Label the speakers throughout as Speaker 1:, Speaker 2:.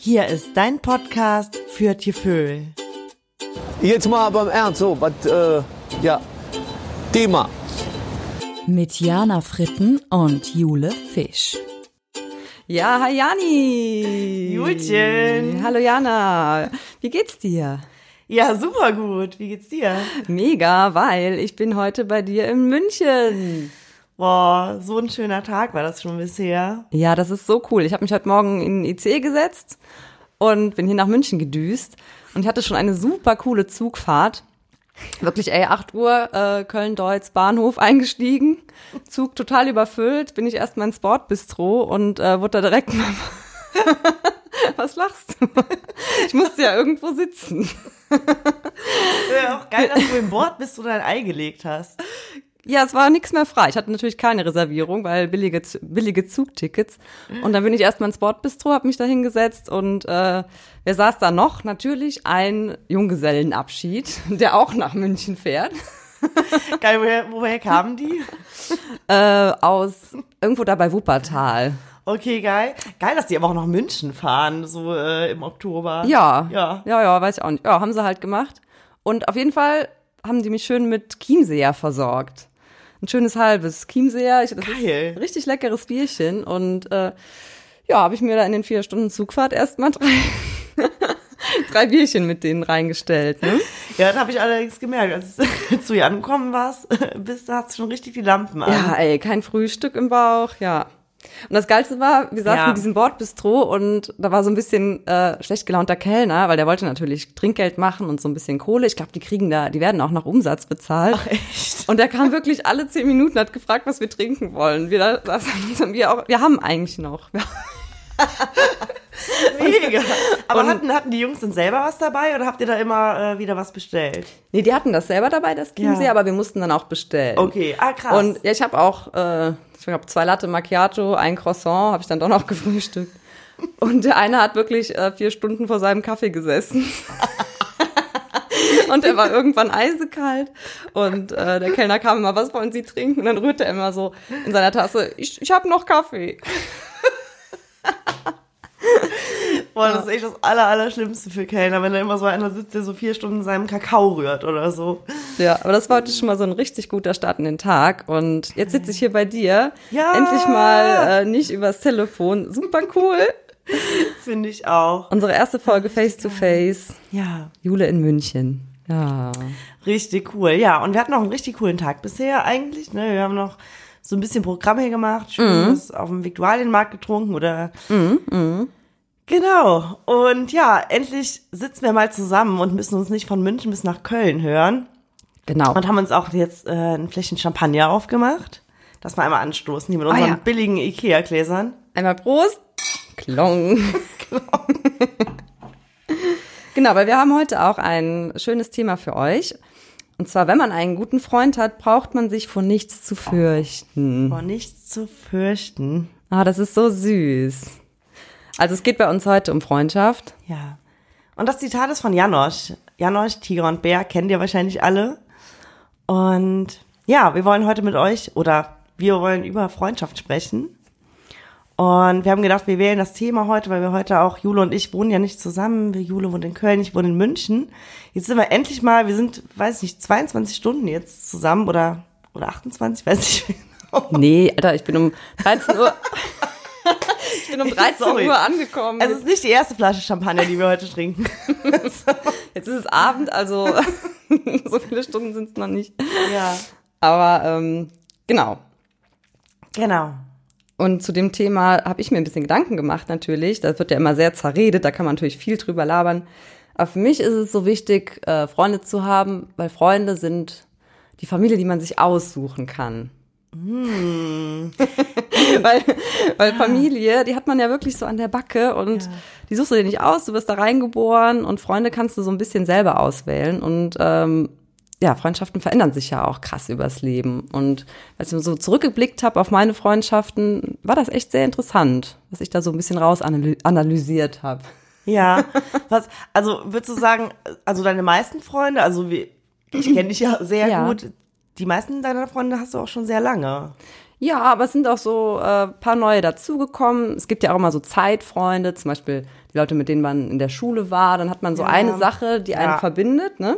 Speaker 1: Hier ist dein Podcast für Tieföhl.
Speaker 2: Jetzt mal aber im Ernst, so, was, äh, ja, Thema.
Speaker 3: mit Jana Fritten und Jule Fisch. Ja, hi Jani.
Speaker 1: Julchen.
Speaker 3: Hallo Jana. Wie geht's dir?
Speaker 1: Ja, super gut. Wie geht's dir?
Speaker 3: Mega, weil ich bin heute bei dir in München.
Speaker 1: Boah, so ein schöner Tag war das schon bisher.
Speaker 3: Ja, das ist so cool. Ich habe mich heute Morgen in den IC gesetzt und bin hier nach München gedüst und ich hatte schon eine super coole Zugfahrt. Wirklich, ey, 8 Uhr, äh, Köln-Deutz, Bahnhof eingestiegen, Zug total überfüllt, bin ich erstmal ins Sportbistro und äh, wurde da direkt mal... Was lachst du? Ich musste ja irgendwo sitzen.
Speaker 1: Ja, auch geil, dass du im Bord bist und dein Ei gelegt hast.
Speaker 3: Ja, es war nichts mehr frei. Ich hatte natürlich keine Reservierung, weil billige, Z- billige Zugtickets. Und dann bin ich erstmal ins Sportbistro, habe mich da hingesetzt und äh, wer saß da noch? Natürlich ein Junggesellenabschied, der auch nach München fährt.
Speaker 1: Geil, woher, woher kamen die?
Speaker 3: Äh, aus irgendwo da bei Wuppertal.
Speaker 1: Okay, geil. Geil, dass die aber auch nach München fahren, so äh, im Oktober.
Speaker 3: Ja,
Speaker 1: Ja.
Speaker 3: ja, ja, weiß ich auch nicht. Ja, haben sie halt gemacht. Und auf jeden Fall haben die mich schön mit Chiemseer versorgt. Ein schönes halbes Chiemseer. Ich, das
Speaker 1: Geil.
Speaker 3: Ist ein richtig leckeres Bierchen. Und äh, ja, habe ich mir da in den vier Stunden Zugfahrt erstmal drei, drei Bierchen mit denen reingestellt. Ne?
Speaker 1: Ja, das habe ich allerdings gemerkt, als du zu ihr angekommen warst, bist, da hast du schon richtig die Lampen an.
Speaker 3: Ja, ey, kein Frühstück im Bauch, ja. Und das Geilste war, wir saßen
Speaker 1: Ja.
Speaker 3: in diesem Bordbistro und da war so ein bisschen äh, schlecht gelaunter Kellner, weil der wollte natürlich Trinkgeld machen und so ein bisschen Kohle. Ich glaube, die kriegen da, die werden auch nach Umsatz bezahlt.
Speaker 1: Echt?
Speaker 3: Und der kam wirklich alle zehn Minuten, hat gefragt, was wir trinken wollen. Wir, da, saßen- wir, auch, wir haben eigentlich noch. Wir
Speaker 1: Mega. Aber hatten, hatten die Jungs denn selber was dabei oder habt ihr da immer äh, wieder was bestellt?
Speaker 3: Nee, die hatten das selber dabei, das Chiemsee,
Speaker 1: Ja.
Speaker 3: aber wir mussten dann auch bestellen.
Speaker 1: Okay, ah, krass.
Speaker 3: Und ja, ich habe auch, äh, ich glaube, zwei Latte Macchiato, ein Croissant, habe ich dann doch noch gefrühstückt. Und der eine hat wirklich äh, vier Stunden vor seinem Kaffee gesessen. Und er war irgendwann eisekalt. Und äh, der Kellner kam immer, was wollen Sie trinken? Und dann rührte er immer so in seiner Tasse, ich, ich habe noch Kaffee.
Speaker 1: Boah, das ist echt das aller, Allerschlimmste für Kellner, wenn da immer so einer sitzt, der so vier Stunden seinem Kakao rührt oder so.
Speaker 3: Ja, aber das war heute schon mal so ein richtig guter Start in den Tag. Und jetzt sitze ich hier bei dir.
Speaker 1: Ja.
Speaker 3: Endlich mal äh, nicht übers Telefon. Super cool.
Speaker 1: Finde ich auch.
Speaker 3: Unsere erste Folge Face to Face.
Speaker 1: Ja.
Speaker 3: Jule in München. Ja.
Speaker 1: Richtig cool. Ja, und wir hatten auch einen richtig coolen Tag bisher eigentlich. Ne? Wir haben noch so ein bisschen Programm hier
Speaker 3: Mhm.
Speaker 1: gemacht, schön was auf dem Viktualienmarkt getrunken oder.
Speaker 3: mhm.
Speaker 1: Genau. Und ja, endlich sitzen wir mal zusammen und müssen uns nicht von München bis nach Köln hören.
Speaker 3: Genau.
Speaker 1: Und haben uns auch jetzt äh, ein Fläschchen Champagner aufgemacht. Das mal einmal anstoßen, hier mit unseren
Speaker 3: Ah, ja.
Speaker 1: billigen Ikea-Gläsern.
Speaker 3: Einmal Prost. Klong. genau, weil wir haben heute auch ein schönes Thema für euch. Und zwar, wenn man einen guten Freund hat, braucht man sich vor nichts zu fürchten.
Speaker 1: Vor nichts zu fürchten.
Speaker 3: Ah, das ist so süß. Also es geht bei uns heute um Freundschaft.
Speaker 1: Ja. Und das Zitat ist von Janosch. Janosch, Tiger und Bär, kennt ihr wahrscheinlich alle. Und ja, wir wollen heute mit euch oder wir wollen über Freundschaft sprechen. Und wir haben gedacht, wir wählen das Thema heute, weil wir heute auch, Jule und ich wohnen ja nicht zusammen. Jule wohnt in Köln, ich wohne in München. Jetzt sind wir endlich mal, wir sind, weiß nicht, 22 Stunden jetzt zusammen oder, oder 28, weiß ich nicht.
Speaker 3: Nee, Alter, ich bin um 13 Uhr. ich bin um 13
Speaker 1: Sorry.
Speaker 3: Uhr angekommen.
Speaker 1: Es ist nicht die erste Flasche Champagner, die wir heute trinken.
Speaker 3: Jetzt ist es Abend, also so viele Stunden sind es noch nicht.
Speaker 1: Ja.
Speaker 3: Aber ähm, genau.
Speaker 1: Genau.
Speaker 3: Und zu dem Thema habe ich mir ein bisschen Gedanken gemacht natürlich. Das wird ja immer sehr zerredet, da kann man natürlich viel drüber labern. Aber für mich ist es so wichtig, äh, Freunde zu haben, weil Freunde sind die Familie, die man sich aussuchen kann. weil, weil Familie, die hat man ja wirklich so an der Backe und die suchst du dir nicht aus, du wirst da reingeboren und Freunde kannst du so ein bisschen selber auswählen und ähm, ja, Freundschaften verändern sich ja auch krass übers Leben. Und als ich so zurückgeblickt habe auf meine Freundschaften, war das echt sehr interessant, was ich da so ein bisschen raus analy- analysiert habe.
Speaker 1: Ja, was, also würdest du sagen, also deine meisten Freunde, also wie, ich kenne dich ja sehr
Speaker 3: Ja.
Speaker 1: gut, die meisten deiner Freunde hast du auch schon sehr lange.
Speaker 3: Ja, aber es sind auch so äh, paar neue dazugekommen. Es gibt ja auch immer so Zeitfreunde, zum Beispiel die Leute, mit denen man in der Schule war. Dann hat man so
Speaker 1: Ja.
Speaker 3: eine Sache, die einen
Speaker 1: Ja. Mhm.
Speaker 3: verbindet. Ne?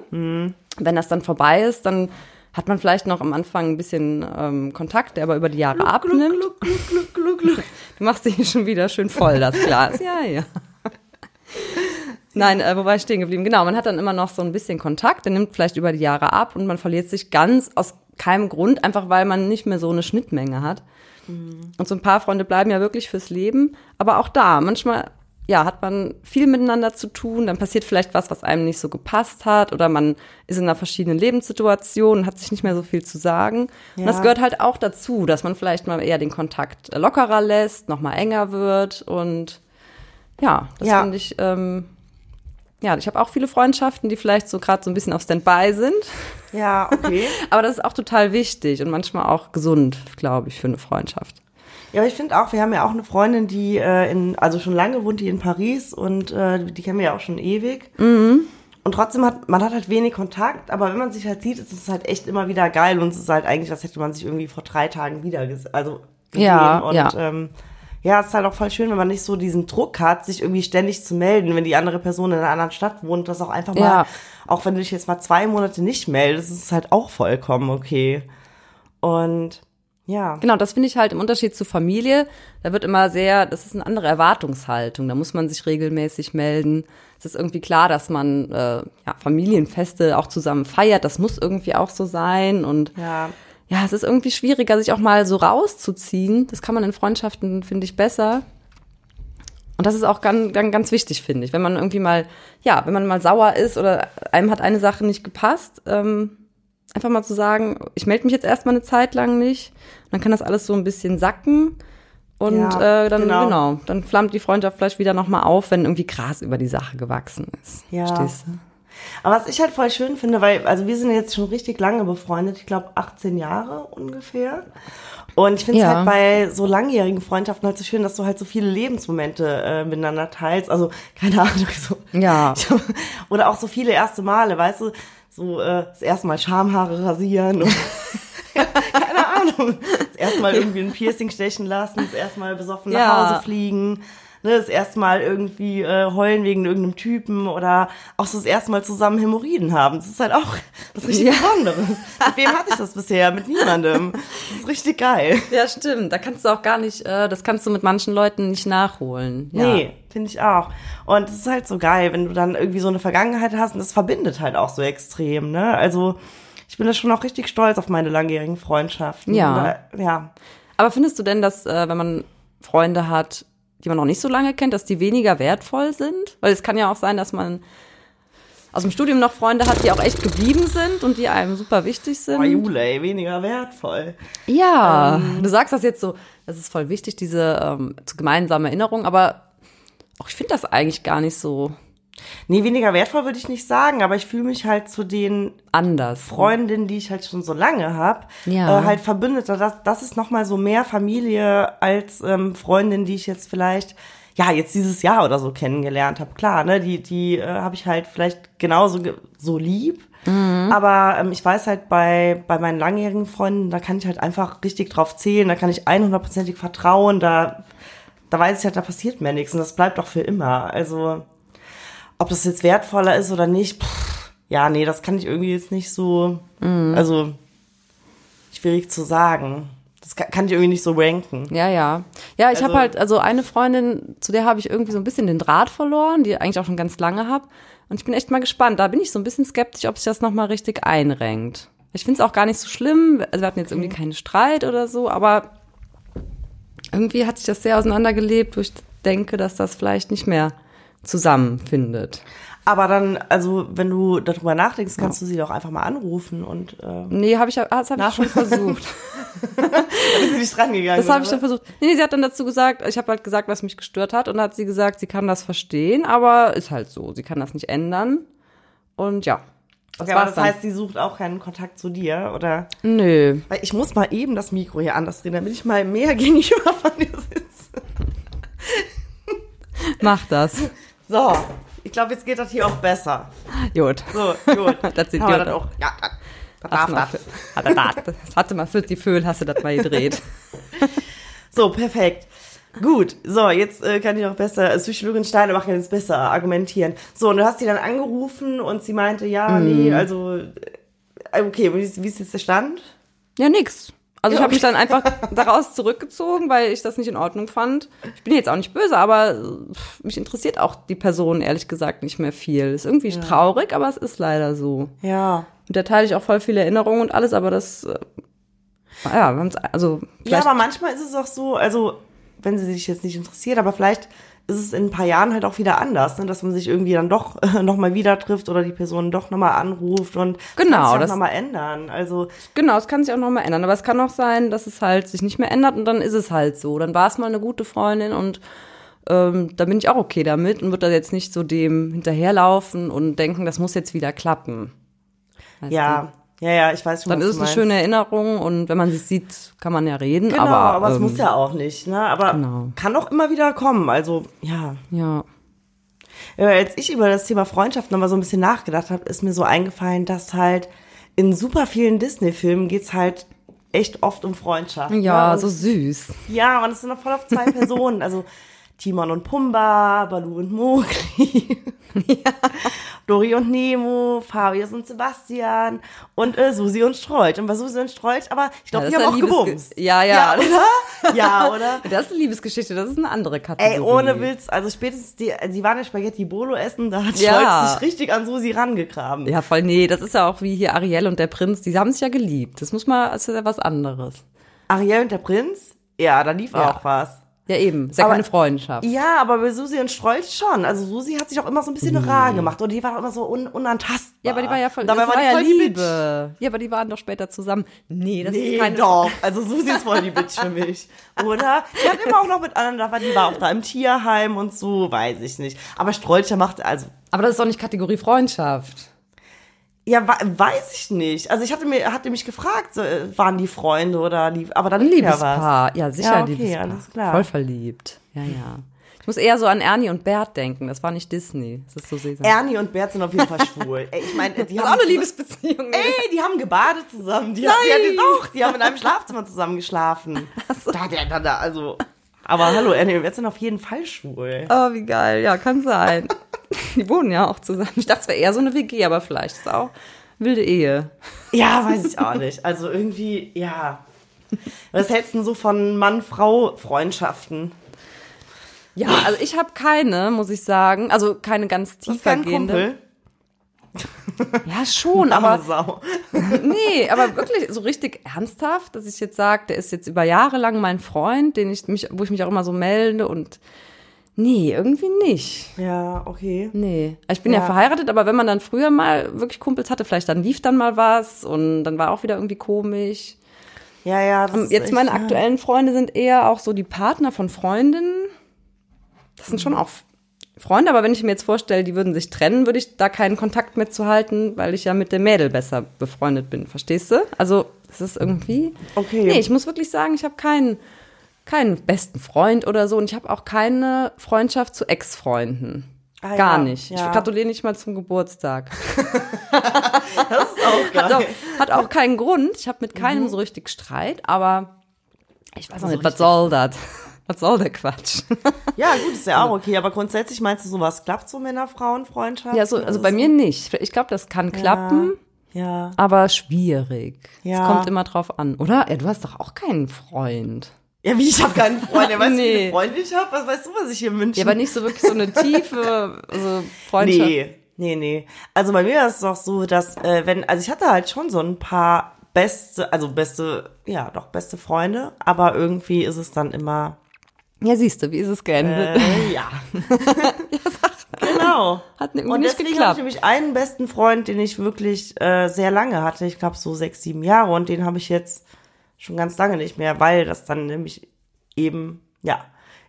Speaker 3: Wenn das dann vorbei ist, dann hat man vielleicht noch am Anfang ein bisschen ähm, Kontakt, der aber über die Jahre abnimmt.
Speaker 1: Gluck, gluck, gluck, gluck, gluck.
Speaker 3: Du machst dich schon wieder schön voll, das Glas. ja, ja. Nein, äh, wo war ich stehen geblieben? Genau, man hat dann immer noch so ein bisschen Kontakt, der nimmt vielleicht über die Jahre ab und man verliert sich ganz aus keinem Grund, einfach weil man nicht mehr so eine Schnittmenge hat. Und so ein paar Freunde bleiben ja wirklich fürs Leben, aber auch da, manchmal ja, hat man viel miteinander zu tun, dann passiert vielleicht was, was einem nicht so gepasst hat oder man ist in einer verschiedenen Lebenssituation und hat sich nicht mehr so viel zu sagen. Und das
Speaker 1: Ja.
Speaker 3: gehört halt auch dazu, dass man vielleicht mal eher den Kontakt lockerer lässt, nochmal enger wird und ja, das
Speaker 1: Ja.
Speaker 3: finde ich, ähm, ja, ich habe auch viele Freundschaften, die vielleicht so gerade so ein bisschen auf Standby sind,
Speaker 1: Ja, okay.
Speaker 3: aber das ist auch total wichtig und manchmal auch gesund, glaube ich, für eine Freundschaft.
Speaker 1: Ja, aber ich finde auch, wir haben ja auch eine Freundin, die äh, in, also schon lange wohnt die in Paris und äh, die kennen wir ja auch schon ewig.
Speaker 3: Mhm.
Speaker 1: Und trotzdem hat, man hat halt wenig Kontakt, aber wenn man sich halt sieht, ist es halt echt immer wieder geil und es ist halt eigentlich, als hätte man sich irgendwie vor drei Tagen wieder ges also gesehen.
Speaker 3: Ja,
Speaker 1: und
Speaker 3: ja.
Speaker 1: Ähm, ja, es ist halt auch voll schön, wenn man nicht so diesen Druck hat, sich irgendwie ständig zu melden, wenn die andere Person in einer anderen Stadt wohnt, das auch einfach mal,
Speaker 3: Ja.
Speaker 1: auch wenn du dich jetzt mal zwei Monate nicht meldest, ist es halt auch vollkommen okay. Und ja.
Speaker 3: Genau, das finde ich halt im Unterschied zu Familie, da wird immer sehr, das ist eine andere Erwartungshaltung, da muss man sich regelmäßig melden. Es ist irgendwie klar, dass man äh, ja, Familienfeste auch zusammen feiert, das muss irgendwie auch so sein und
Speaker 1: Ja.
Speaker 3: ja, es ist irgendwie schwieriger, sich auch mal so rauszuziehen. Das kann man in Freundschaften, finde ich, besser. Und das ist auch ganz, ganz, ganz wichtig, finde ich. Wenn man irgendwie mal, ja, wenn man mal sauer ist oder einem hat eine Sache nicht gepasst, ähm, einfach mal zu sagen, ich melde mich jetzt erstmal eine Zeit lang nicht. Dann kann das alles so ein bisschen sacken. Und
Speaker 1: Ja,
Speaker 3: äh, dann, genau.
Speaker 1: genau.
Speaker 3: dann flammt die Freundschaft vielleicht wieder nochmal auf, wenn irgendwie Gras über die Sache gewachsen ist.
Speaker 1: Ja.
Speaker 3: Verstehst du?
Speaker 1: Aber was ich halt voll schön finde, weil, also wir sind jetzt schon richtig lange befreundet, ich glaube 18 Jahre ungefähr. Und ich finde es
Speaker 3: Ja.
Speaker 1: halt bei so langjährigen Freundschaften halt so schön, dass du halt so viele Lebensmomente äh, miteinander teilst. Also, keine Ahnung, so.
Speaker 3: Ja.
Speaker 1: Ich hab- Oder auch so viele erste Male, weißt du, so äh, das erste Mal Schamhaare rasieren und keine Ahnung. Das erste Mal irgendwie ein Piercing stechen lassen, das erste Mal besoffen
Speaker 3: Ja.
Speaker 1: nach Hause fliegen, ne, das erste Mal irgendwie äh, heulen wegen irgendeinem Typen oder auch so das erste Mal zusammen Hämorrhoiden haben. Das ist halt auch was richtig
Speaker 3: Ja.
Speaker 1: Besonderes. Mit wem hatte ich das bisher? Mit niemandem. Das ist richtig geil.
Speaker 3: Ja, stimmt. Da kannst du auch gar nicht, äh, das kannst du mit manchen Leuten nicht nachholen. Ja.
Speaker 1: Nee, finde ich auch. Und es ist halt so geil, wenn du dann irgendwie so eine Vergangenheit hast und das verbindet halt auch so extrem, ne? Also ich bin da schon auch richtig stolz auf meine langjährigen Freundschaften.
Speaker 3: Ja.
Speaker 1: Oder, ja.
Speaker 3: Aber findest du denn, dass äh, wenn man Freunde hat, die man noch nicht so lange kennt, dass die weniger wertvoll sind? Weil es kann ja auch sein, dass man aus dem Studium noch Freunde hat, die auch echt geblieben sind und die einem super wichtig sind.
Speaker 1: Bei Jule, ey, weniger wertvoll.
Speaker 3: Ja, du sagst das jetzt so, das ist voll wichtig, diese ähm, gemeinsame Erinnerung, aber auch ich finde das eigentlich gar nicht so
Speaker 1: Nee, weniger wertvoll würde ich nicht sagen, aber ich fühle mich halt zu den
Speaker 3: anders.
Speaker 1: Freundinnen, die ich halt schon so lange habe,
Speaker 3: Ja.
Speaker 1: äh, halt verbündet. Das, das ist nochmal so mehr Familie als ähm, Freundin, die ich jetzt vielleicht, ja, jetzt dieses Jahr oder so kennengelernt habe. Klar, ne, die, die äh, habe ich halt vielleicht genauso ge- so lieb. Aber ähm, ich weiß halt bei, bei meinen langjährigen Freunden, da kann ich halt einfach richtig drauf zählen, da kann ich 100%ig vertrauen, da, da weiß ich halt, da passiert mir nichts und das bleibt auch für immer. Also, ob das jetzt wertvoller ist oder nicht, pff, ja, nee, das kann ich irgendwie jetzt nicht so, also schwierig zu sagen. Das ka- kann ich irgendwie nicht so ranken.
Speaker 3: Ja, ja. Ja, ich habe
Speaker 1: Also-
Speaker 3: halt, also eine Freundin, zu der habe ich irgendwie so ein bisschen den Draht verloren, die ich eigentlich auch schon ganz lange habe. Und ich bin echt mal gespannt. Da bin ich so ein bisschen skeptisch, ob sich das nochmal richtig einrenkt. Ich finde es auch gar nicht so schlimm. Also wir hatten jetzt irgendwie keinen Streit oder so, aber irgendwie hat sich das sehr auseinandergelebt, wo ich denke, dass das vielleicht nicht mehr zusammenfindet.
Speaker 1: Aber dann, also wenn du darüber nachdenkst, kannst du sie doch einfach mal anrufen und äh,
Speaker 3: Nee, habe ich, ja- ah, das habe ich schon versucht.
Speaker 1: bist du nicht rangegangen.
Speaker 3: Das habe ich
Speaker 1: oder?
Speaker 3: dann versucht. Nee, nee, sie hat dann dazu gesagt, ich habe halt gesagt, was mich gestört hat. Und dann hat sie gesagt, sie kann das verstehen, aber ist halt so. Sie kann das nicht ändern. Und ja. Das
Speaker 1: Okay, aber
Speaker 3: war's
Speaker 1: das heißt, sie sucht auch keinen Kontakt zu dir, oder?
Speaker 3: dann. Nö.
Speaker 1: Weil ich muss mal eben das Mikro hier anders drehen, damit ich mal mehr gegenüber von dir sitze.
Speaker 3: Mach das.
Speaker 1: So, ich glaube, jetzt geht das hier auch besser.
Speaker 3: Gut.
Speaker 1: So, gut.
Speaker 3: Das sieht
Speaker 1: Haben wir
Speaker 3: gut
Speaker 1: das
Speaker 3: aus.
Speaker 1: auch. Ja, ja.
Speaker 3: Hast
Speaker 1: darf
Speaker 3: du mal
Speaker 1: das.
Speaker 3: für- Hat er dat. Das hatte mal 40 Föhl, hast du das mal gedreht.
Speaker 1: So, perfekt. Gut, so, jetzt äh, kann ich noch besser, als Psychologin Steine machen jetzt besser argumentieren. So, und du hast sie dann angerufen und sie meinte, ja,
Speaker 3: Mhm.
Speaker 1: nee, also, äh, okay, wie ist, wie ist jetzt der Stand?
Speaker 3: Ja, nix. Also ich
Speaker 1: Ja,
Speaker 3: habe mich
Speaker 1: okay.
Speaker 3: dann einfach daraus zurückgezogen, weil ich das nicht in Ordnung fand. Ich bin jetzt auch nicht böse, aber äh, pff, mich interessiert auch die Person ehrlich gesagt nicht mehr viel. Ist irgendwie traurig, aber es ist leider so.
Speaker 1: Ja.
Speaker 3: Und da teile ich auch voll viele Erinnerungen und alles, aber das, äh, ja, wir haben's, also
Speaker 1: Ja,
Speaker 3: vielleicht,
Speaker 1: aber manchmal ist es auch so, also, wenn sie sich jetzt nicht interessiert, aber vielleicht ist es in ein paar Jahren halt auch wieder anders, ne, dass man sich irgendwie dann doch äh, nochmal wieder trifft oder die Person doch nochmal anruft und
Speaker 3: Genau,
Speaker 1: das
Speaker 3: das-
Speaker 1: nochmal ändern. Also,
Speaker 3: genau, es kann sich auch nochmal ändern. Aber es kann auch sein, dass es halt sich nicht mehr ändert und dann ist es halt so. Dann war es mal eine gute Freundin und ähm, da bin ich auch okay damit und wird da jetzt nicht so dem hinterherlaufen und denken, das muss jetzt wieder klappen. Weißt du?
Speaker 1: ja, ja, ja, ich weiß schon,
Speaker 3: Dann
Speaker 1: was
Speaker 3: ist es
Speaker 1: du
Speaker 3: eine
Speaker 1: meinst.
Speaker 3: schöne Erinnerung und wenn man sich sieht, kann man ja reden.
Speaker 1: Genau, aber,
Speaker 3: aber ähm,
Speaker 1: es muss ja auch nicht, ne? Aber
Speaker 3: Genau.
Speaker 1: kann auch immer wieder kommen. Also, ja.
Speaker 3: Ja.
Speaker 1: Ja, Als ich über das Thema Freundschaft nochmal so ein bisschen nachgedacht habe, ist mir so eingefallen, dass halt in super vielen Disney-Filmen geht's halt echt oft um Freundschaft.
Speaker 3: Ja,
Speaker 1: ne?
Speaker 3: so
Speaker 1: und,
Speaker 3: süß.
Speaker 1: ja, und es sind noch voll auf zwei Personen. Also Timon und Pumba, Balu und Mowgli, Dori und Nemo, Fabius und Sebastian und äh, Susi und Streut. Und bei Susi und Streut, aber ich glaube,
Speaker 3: Ja,
Speaker 1: die
Speaker 3: das
Speaker 1: haben auch
Speaker 3: ist ja Liebesge-
Speaker 1: gebumst.
Speaker 3: Ja,
Speaker 1: Ja,
Speaker 3: ja.
Speaker 1: oder? Ja, oder?
Speaker 3: Das ist eine Liebesgeschichte, das ist eine andere Kategorie.
Speaker 1: Ey, ohne Witz, also spätestens, die, sie waren ja Spaghetti Bolo essen, da hat
Speaker 3: Ja.
Speaker 1: Scholz sich richtig an Susi rangegraben.
Speaker 3: Ja, voll, nee, das ist ja auch wie hier Ariel und der Prinz, die haben sich ja geliebt. Das muss man, das ist ja was anderes.
Speaker 1: Ariel und der Prinz? Ja, da lief
Speaker 3: Ja.
Speaker 1: auch was.
Speaker 3: Ja, eben, ist ja
Speaker 1: Aber-
Speaker 3: keine Freundschaft.
Speaker 1: Ja, aber bei Susi und Strolch schon. Also Susi hat sich auch immer so ein bisschen rar gemacht und die war auch immer so un unantastbar.
Speaker 3: Mhm. Ja, aber die war ja voll,
Speaker 1: Dabei
Speaker 3: das
Speaker 1: war
Speaker 3: war
Speaker 1: die
Speaker 3: ja
Speaker 1: voll die
Speaker 3: Liebe. Ja, aber die waren doch später zusammen. Nee, das
Speaker 1: Nee,
Speaker 3: ist keine
Speaker 1: doch. Also Susi ist voll die Bitch für mich, oder? Die hat immer auch noch mit anderen, aber die war auch da im Tierheim und so, weiß ich nicht. Aber Strolcher macht, also
Speaker 3: Aber das ist doch nicht Kategorie Freundschaft.
Speaker 1: Ja, wa- weiß ich nicht. Also ich hatte, mir, hatte mich gefragt, so, äh, waren die Freunde oder lief, aber dann
Speaker 3: Ein
Speaker 1: lief ja was.
Speaker 3: Liebespaar. Ja, sicher
Speaker 1: Ja, okay,
Speaker 3: Liebespaar.
Speaker 1: alles klar.
Speaker 3: Voll verliebt. Ja, ja. Ich muss eher so an Ernie und Bert denken. Das war nicht Disney. Das ist so Sesam.
Speaker 1: Ernie und Bert sind auf jeden Fall schwul. Ey, ich meine, die
Speaker 3: das
Speaker 1: haben
Speaker 3: ist auch eine Liebesbeziehung.
Speaker 1: Ey, die haben gebadet zusammen. Die, Nein. die,
Speaker 3: Nein.
Speaker 1: doch, die haben in einem Schlafzimmer zusammen geschlafen. Da, da, da, da, also. Aber hallo, Ernie und Bert sind auf jeden Fall schwul.
Speaker 3: Oh, wie geil. Ja, kann sein. Die wohnen ja auch zusammen. Ich dachte, es wäre eher so eine WG, aber vielleicht ist es auch wilde Ehe.
Speaker 1: Ja, weiß ich auch nicht. Also irgendwie, ja. Was hältst du denn so von Mann-Frau-Freundschaften?
Speaker 3: Ja, also ich habe keine, muss ich sagen. Also keine ganz
Speaker 1: Das ist kein
Speaker 3: tiefergehende.
Speaker 1: Kumpel.
Speaker 3: Ja, schon,
Speaker 1: Aber
Speaker 3: aber
Speaker 1: Sau.
Speaker 3: nee, aber wirklich so richtig ernsthaft, dass ich jetzt sage, der ist jetzt über Jahre lang mein Freund, den ich mich, wo ich mich auch immer so melde und nee, irgendwie nicht.
Speaker 1: Ja, okay.
Speaker 3: Nee. Also ich bin ja.
Speaker 1: Ja.
Speaker 3: verheiratet, aber wenn man dann früher mal wirklich Kumpels hatte, vielleicht dann lief dann mal was und dann war auch wieder irgendwie komisch.
Speaker 1: Ja, ja. Das ist
Speaker 3: Ähm, Jetzt
Speaker 1: echt,
Speaker 3: meine
Speaker 1: ja.
Speaker 3: aktuellen Freunde sind eher auch so die Partner von Freundinnen. Das sind
Speaker 1: Mhm.
Speaker 3: schon auch Freunde, aber wenn ich mir jetzt vorstelle, die würden sich trennen, würde ich da keinen Kontakt mehr zu halten, weil ich ja mit dem Mädel besser befreundet bin. Verstehst du? Also, es ist irgendwie.
Speaker 1: Okay.
Speaker 3: Nee, ich muss wirklich sagen, ich habe keinen, keinen besten Freund oder so und ich habe auch keine Freundschaft zu Ex-Freunden.
Speaker 1: Ah,
Speaker 3: Gar
Speaker 1: ja,
Speaker 3: nicht.
Speaker 1: ja.
Speaker 3: Ich gratuliere nicht mal zum Geburtstag.
Speaker 1: Das ist auch geil.
Speaker 3: Hat auch, hat auch keinen Grund. Ich habe mit keinem so richtig Streit, aber ich weiß auch nicht, Mhm. was soll das? Was soll der Quatsch?
Speaker 1: Ja, gut, ist ja auch okay. Aber grundsätzlich meinst du sowas klappt so Männer-Frauen-Freundschaft?
Speaker 3: Ja, so, also bei mir nicht. Ich glaube, das kann klappen,
Speaker 1: Ja.
Speaker 3: aber schwierig.
Speaker 1: Ja.
Speaker 3: Es kommt immer drauf an, oder? Ey, du hast doch auch keinen Freund.
Speaker 1: Ja, wie, ich habe keinen Freund. Der weiß, wie viele
Speaker 3: Nee.
Speaker 1: Freunde ich habe? Was weißt du, was ich hier wünsche?
Speaker 3: Ja, aber nicht so wirklich so eine tiefe also Freundschaft.
Speaker 1: Nee, nee, nee. Also bei mir ist es auch so, dass äh, wenn, also ich hatte halt schon so ein paar beste, also beste, ja, doch beste Freunde, aber irgendwie ist es dann immer,
Speaker 3: Ja, siehst du, wie ist es geendet?
Speaker 1: äh, ja. genau.
Speaker 3: Hat irgendwie
Speaker 1: Und
Speaker 3: nicht
Speaker 1: deswegen habe ich
Speaker 3: geklappt.
Speaker 1: nämlich einen besten Freund, den ich wirklich äh, sehr lange hatte. Ich glaube so sechs, sieben Jahre und den habe ich jetzt schon ganz lange nicht mehr, weil das dann nämlich eben, ja,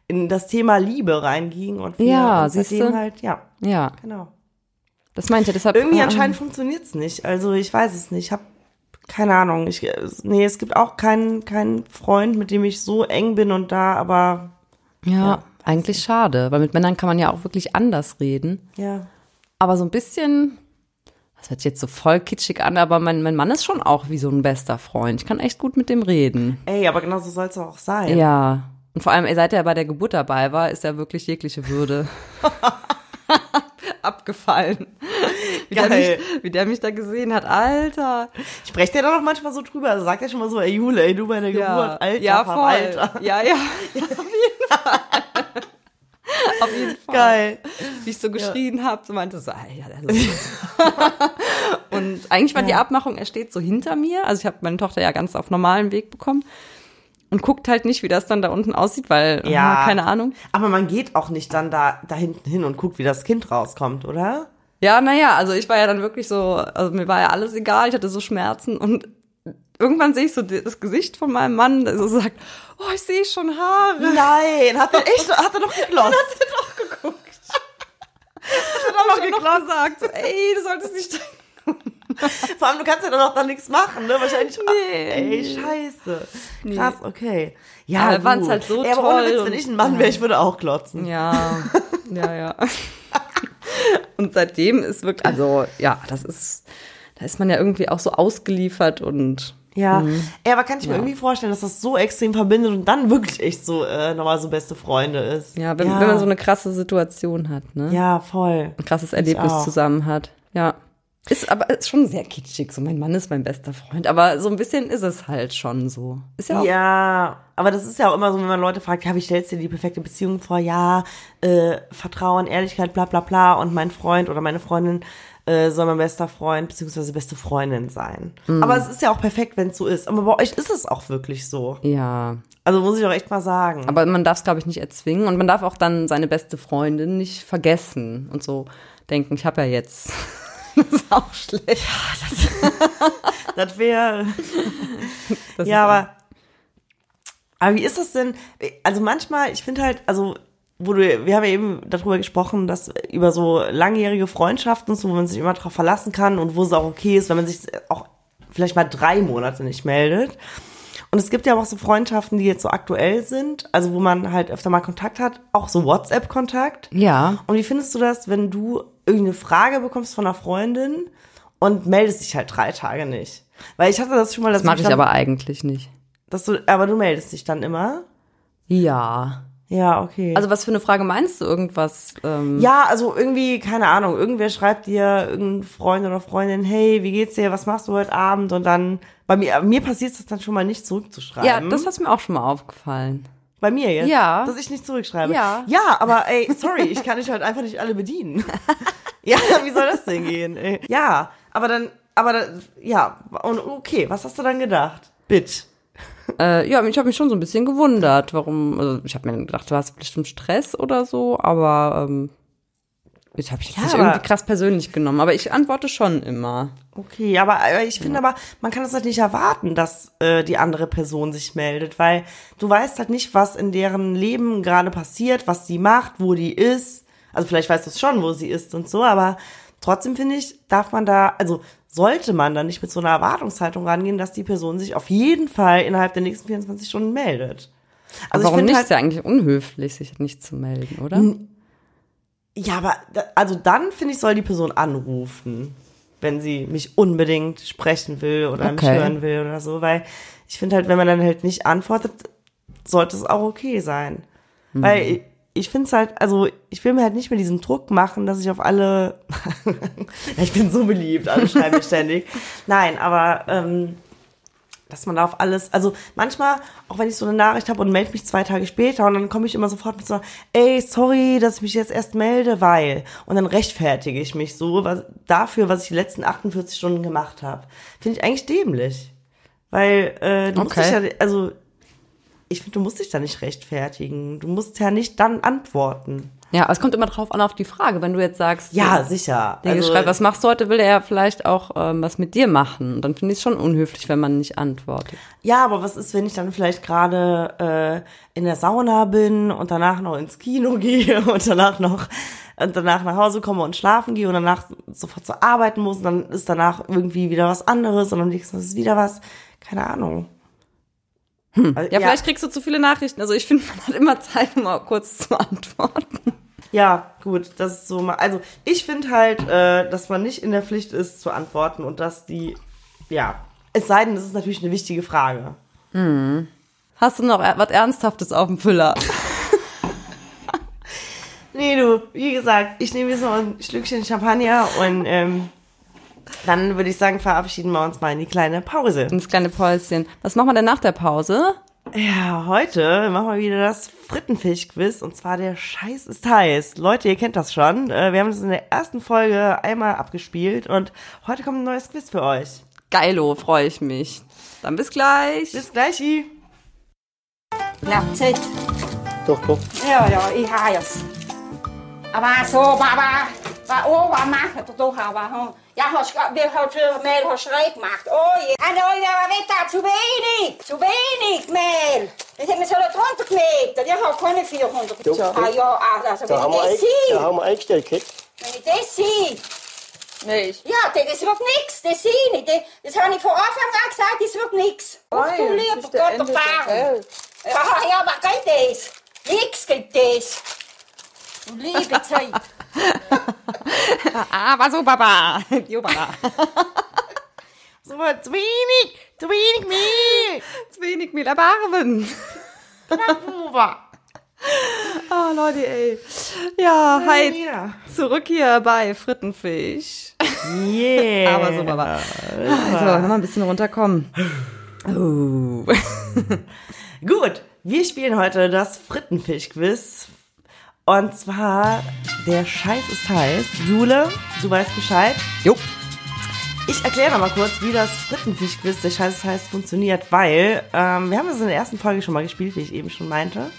Speaker 1: in das Thema Liebe reinging und wir
Speaker 3: Ja,
Speaker 1: uns
Speaker 3: siehst du?
Speaker 1: seitdem halt, ja,
Speaker 3: Ja,
Speaker 1: genau.
Speaker 3: das meinte ich. Deshalb,
Speaker 1: Irgendwie
Speaker 3: ja,
Speaker 1: anscheinend funktioniert's nicht. Also ich weiß es nicht. Ich habe keine Ahnung. Ich, äh, nee, es gibt auch keinen, keinen Freund, mit dem ich so eng bin und da, aber
Speaker 3: Ja, eigentlich schade, weil mit Männern kann man ja auch wirklich anders reden.
Speaker 1: ja.
Speaker 3: Aber so ein bisschen, Das hört sich jetzt so voll kitschig an, aber mein, mein Mann ist schon auch wie so ein bester Freund. Ich kann echt gut mit dem reden.
Speaker 1: Ey, aber genau so soll es auch sein.
Speaker 3: Ja. Und vor allem, ey, seit er bei der Geburt dabei war, ist er wirklich jegliche Würde abgefallen. Wie, Der
Speaker 1: Geil.
Speaker 3: mich, wie der mich da gesehen hat, Alter.
Speaker 1: Sprecht ihr da noch manchmal so drüber? Also sagt er schon mal so, ey Jule, ey, du bei der Geburt, Alter,
Speaker 3: ja,
Speaker 1: vom
Speaker 3: voll.
Speaker 1: Alter.
Speaker 3: Ja, ja. Auf jeden Fall.
Speaker 1: Geil.
Speaker 3: Wie ich so geschrien habe, so meinte so, ah, ja, das ist Und eigentlich war die Abmachung, er steht so hinter mir. Also ich habe meine Tochter ja ganz auf normalem Weg bekommen. Und guckt halt nicht, wie das dann da unten aussieht, weil,
Speaker 1: Ja.
Speaker 3: ah, keine Ahnung.
Speaker 1: Aber man geht auch nicht dann da, da hinten hin und guckt, wie das Kind rauskommt, oder?
Speaker 3: Ja, naja, also ich war ja dann wirklich so, also mir war ja alles egal, ich hatte so Schmerzen und irgendwann sehe ich so die- das Gesicht von meinem Mann, der so sagt, oh, ich sehe schon Haare.
Speaker 1: Nein, hat er echt, hat er doch geglotzt.
Speaker 3: Dann hab ich auch noch gesagt, so, ey, du solltest nicht.
Speaker 1: Vor allem, du kannst ja dann auch dann nichts machen, ne? Wahrscheinlich.
Speaker 3: Nee.
Speaker 1: Ey, scheiße. Krass, okay. Ja,
Speaker 3: Aber wir waren's
Speaker 1: gut.
Speaker 3: halt so
Speaker 1: Ey, aber ohne
Speaker 3: toll
Speaker 1: Witz,
Speaker 3: und-
Speaker 1: wenn ich ein Mann wäre, ich würde auch glotzen.
Speaker 3: Ja, ja, ja. Und seitdem ist wirklich, also ja, das ist, da ist man ja irgendwie auch so ausgeliefert und
Speaker 1: Ja,
Speaker 3: Mhm.
Speaker 1: ey, aber kann ich mir irgendwie vorstellen, dass das so extrem verbindet und dann wirklich echt so äh, nochmal so beste Freunde ist.
Speaker 3: ja, wenn, wenn man so eine krasse Situation hat, ne?
Speaker 1: Ja, voll.
Speaker 3: Ein krasses Erlebnis
Speaker 1: auch.
Speaker 3: zusammen hat. Ja. Ist aber ist schon sehr kitschig. So, mein Mann ist mein bester Freund. Aber so ein bisschen ist es halt schon so. Ist ja auch.
Speaker 1: Ja, aber das ist ja auch immer so, wenn man Leute fragt, ja, wie stellst du dir die perfekte Beziehung vor? Ja, äh, Vertrauen, Ehrlichkeit, bla bla bla. Und mein Freund oder meine Freundin äh, soll mein bester Freund bzw. beste Freundin sein. Aber es ist ja auch perfekt, wenn es so ist. Aber bei euch ist es auch wirklich so.
Speaker 3: Ja.
Speaker 1: Also muss ich auch echt mal sagen.
Speaker 3: Aber man darf es, glaube ich, nicht erzwingen. Und man darf auch dann seine beste Freundin nicht vergessen und so denken, ich habe ja jetzt. das ist auch schlecht.
Speaker 1: das wäre.
Speaker 3: Das
Speaker 1: Ja,
Speaker 3: ist
Speaker 1: aber, aber wie ist das denn? Also manchmal, ich finde halt, also wo du, wir haben ja eben darüber gesprochen, dass über so langjährige Freundschaften, und so, wo man sich immer drauf verlassen kann und wo es auch okay ist, wenn man sich auch vielleicht mal drei Monate nicht meldet. Und es gibt ja auch so Freundschaften, die jetzt so aktuell sind, also wo man halt öfter mal Kontakt hat, auch so WhatsApp-Kontakt.
Speaker 3: Ja.
Speaker 1: Und wie findest du das, wenn du irgendeine Frage bekommst von einer Freundin und meldest dich halt drei Tage nicht? Weil ich hatte das schon mal, dass
Speaker 3: Das mag
Speaker 1: mich
Speaker 3: Also ich
Speaker 1: dann-
Speaker 3: aber eigentlich nicht.
Speaker 1: dass du, aber du meldest dich dann immer?
Speaker 3: Ja.
Speaker 1: Ja, okay. Also,
Speaker 3: Also was für eine Frage meinst du? Irgendwas? Ähm,
Speaker 1: ja, also irgendwie, keine Ahnung, irgendwer schreibt dir, irgendein Freund oder Freundin, hey, wie geht's dir, was machst du heute Abend? Und dann, bei mir, mir passiert es dann schon mal nicht zurückzuschreiben.
Speaker 3: ja, das ist mir auch schon mal aufgefallen.
Speaker 1: bei mir jetzt.
Speaker 3: Ja.
Speaker 1: Dass ich nicht zurückschreibe.
Speaker 3: Ja.
Speaker 1: Ja, aber ey, sorry, ich kann dich halt einfach nicht alle bedienen. ja, wie soll das denn gehen, ey? Ja, aber dann, aber dann, ja, und okay, was hast du dann gedacht? Bitch.
Speaker 3: Äh, ja, ich habe mich schon so ein bisschen gewundert, warum. Also ich habe mir gedacht, du hast bestimmt Stress oder so, aber ähm, ich habe jetzt
Speaker 1: Ja,
Speaker 3: nicht
Speaker 1: aber-
Speaker 3: irgendwie krass persönlich genommen. Aber ich antworte schon immer.
Speaker 1: Okay, aber, aber ich finde aber, man kann es halt nicht erwarten, dass äh, die andere Person sich meldet, weil du weißt halt nicht, was in deren Leben gerade passiert, was sie macht, wo die ist. Also vielleicht weißt du es schon, wo sie ist und so, aber trotzdem finde ich, darf man da, also sollte man da nicht mit so einer Erwartungshaltung rangehen, dass die Person sich auf jeden Fall innerhalb der nächsten 24 Stunden meldet. Also
Speaker 3: warum
Speaker 1: ich
Speaker 3: nicht?
Speaker 1: finde
Speaker 3: ist ja eigentlich unhöflich, sich nicht zu melden, oder?
Speaker 1: Ja, aber da, also dann finde ich, soll die Person anrufen, wenn sie mich unbedingt sprechen will oder mich
Speaker 3: Okay.
Speaker 1: hören will oder so, weil ich finde halt, wenn man dann halt nicht antwortet, sollte es auch okay sein. Weil ich, ich finde es halt, also ich will mir halt nicht mehr diesen Druck machen, dass ich auf alle, ja, ich bin so beliebt, alle schreiben mir ständig. Nein, aber ähm, dass man da auf alles, also manchmal, auch wenn ich so eine Nachricht habe und melde mich zwei Tage später und dann komme ich immer sofort mit so, einer, ey, sorry, dass ich mich jetzt erst melde, weil. Und dann rechtfertige ich mich so was, dafür, was ich die letzten 48 Stunden gemacht habe. Finde ich eigentlich dämlich. Weil äh, du musst
Speaker 3: Okay.
Speaker 1: dich ja, also ich finde, du musst dich da nicht rechtfertigen. Du musst ja nicht dann antworten.
Speaker 3: Ja, aber es kommt immer drauf an auf die Frage. Wenn du jetzt sagst,
Speaker 1: Ja, sicher. Also,
Speaker 3: der schreibt, was machst du heute, will er ja vielleicht auch ähm, was mit dir machen. Und dann finde ich es schon unhöflich, wenn man nicht antwortet.
Speaker 1: Ja, aber was ist, wenn ich dann vielleicht gerade äh, in der Sauna bin und danach noch ins Kino gehe und danach noch und danach nach Hause komme und schlafen gehe und danach sofort zur Arbeit muss und dann ist danach irgendwie wieder was anderes und am nächsten Tag ist wieder was. Keine Ahnung. Hm. Also,
Speaker 3: Ja, vielleicht kriegst du zu viele Nachrichten. Also ich finde, man hat immer Zeit, um mal kurz zu antworten.
Speaker 1: Ja, gut, das ist so mal. Also ich finde halt, äh, dass man nicht in der Pflicht ist zu antworten und dass die, ja, es sei denn, das ist natürlich eine wichtige Frage.
Speaker 3: Hast du noch er- was Ernsthaftes auf dem Füller?
Speaker 1: Nee, du, wie gesagt, ich nehme jetzt noch ein Schlückchen Champagner und ähm, dann würde ich sagen, verabschieden wir uns mal in die kleine Pause.
Speaker 3: Ins kleine Päuschen. Was machen wir denn nach der Pause?
Speaker 1: Ja, heute machen wir wieder das Frittenfisch-Quiz und zwar der Scheiß ist heiß. Leute, ihr kennt das schon. Äh, Wir haben das in der ersten Folge einmal abgespielt und heute kommt ein neues Quiz für euch.
Speaker 3: Geilo, freue ich mich. Dann bis gleich.
Speaker 1: Bis gleich. I.
Speaker 4: Klappt es?
Speaker 2: Doch, doch.
Speaker 4: Ja, ja, ich habe es. Aber so, Baba, bei Oma macht es doch, aber hm. ja, hast, wir haben früher Mehl hast schräg gemacht. Oh je. Ah, nein, aber wetter, zu wenig, zu wenig Mehl. Ich hätte mir so drunter gelegt. Ich habe keine 400
Speaker 5: Doch,
Speaker 4: gezogen.
Speaker 5: doch.
Speaker 4: Ah ja, ah, also
Speaker 5: Da
Speaker 4: wenn
Speaker 5: haben wir,
Speaker 4: ich das
Speaker 5: ein, da
Speaker 4: sehe,
Speaker 5: haben wir eingestellt, gell?
Speaker 4: wenn ich das sehe,
Speaker 3: Nicht.
Speaker 4: ja, das das wird nichts, das sehe ich nicht. Das, das habe ich von Anfang an gesagt, das wird nichts. Ach du lieber Gott, erbarm. Ja, ja, was geht das? Nix geht das. Du liebe Zeit.
Speaker 3: Aber Ah, so, Baba. Jo, Baba.
Speaker 1: So, zu wenig, zu wenig Mehl.
Speaker 3: Zu wenig Mehl erbarmen. Ah, Leute, ey. Ja, hi.
Speaker 1: Ja.
Speaker 3: Zurück hier bei Frittenfisch.
Speaker 1: Yeah.
Speaker 3: Aber so, Baba. Also, nochmal ein bisschen runterkommen. Oh.
Speaker 1: Gut, wir spielen heute das Frittenfisch-Quiz. Und zwar, der Scheiß ist heiß. Jule, du weißt Bescheid.
Speaker 3: Jo.
Speaker 1: Ich erkläre mal kurz, wie das Frittenfisch-Quiz, der Scheiß ist heiß, funktioniert, weil ähm, wir haben das in der ersten Folge schon mal gespielt, wie ich eben schon meinte.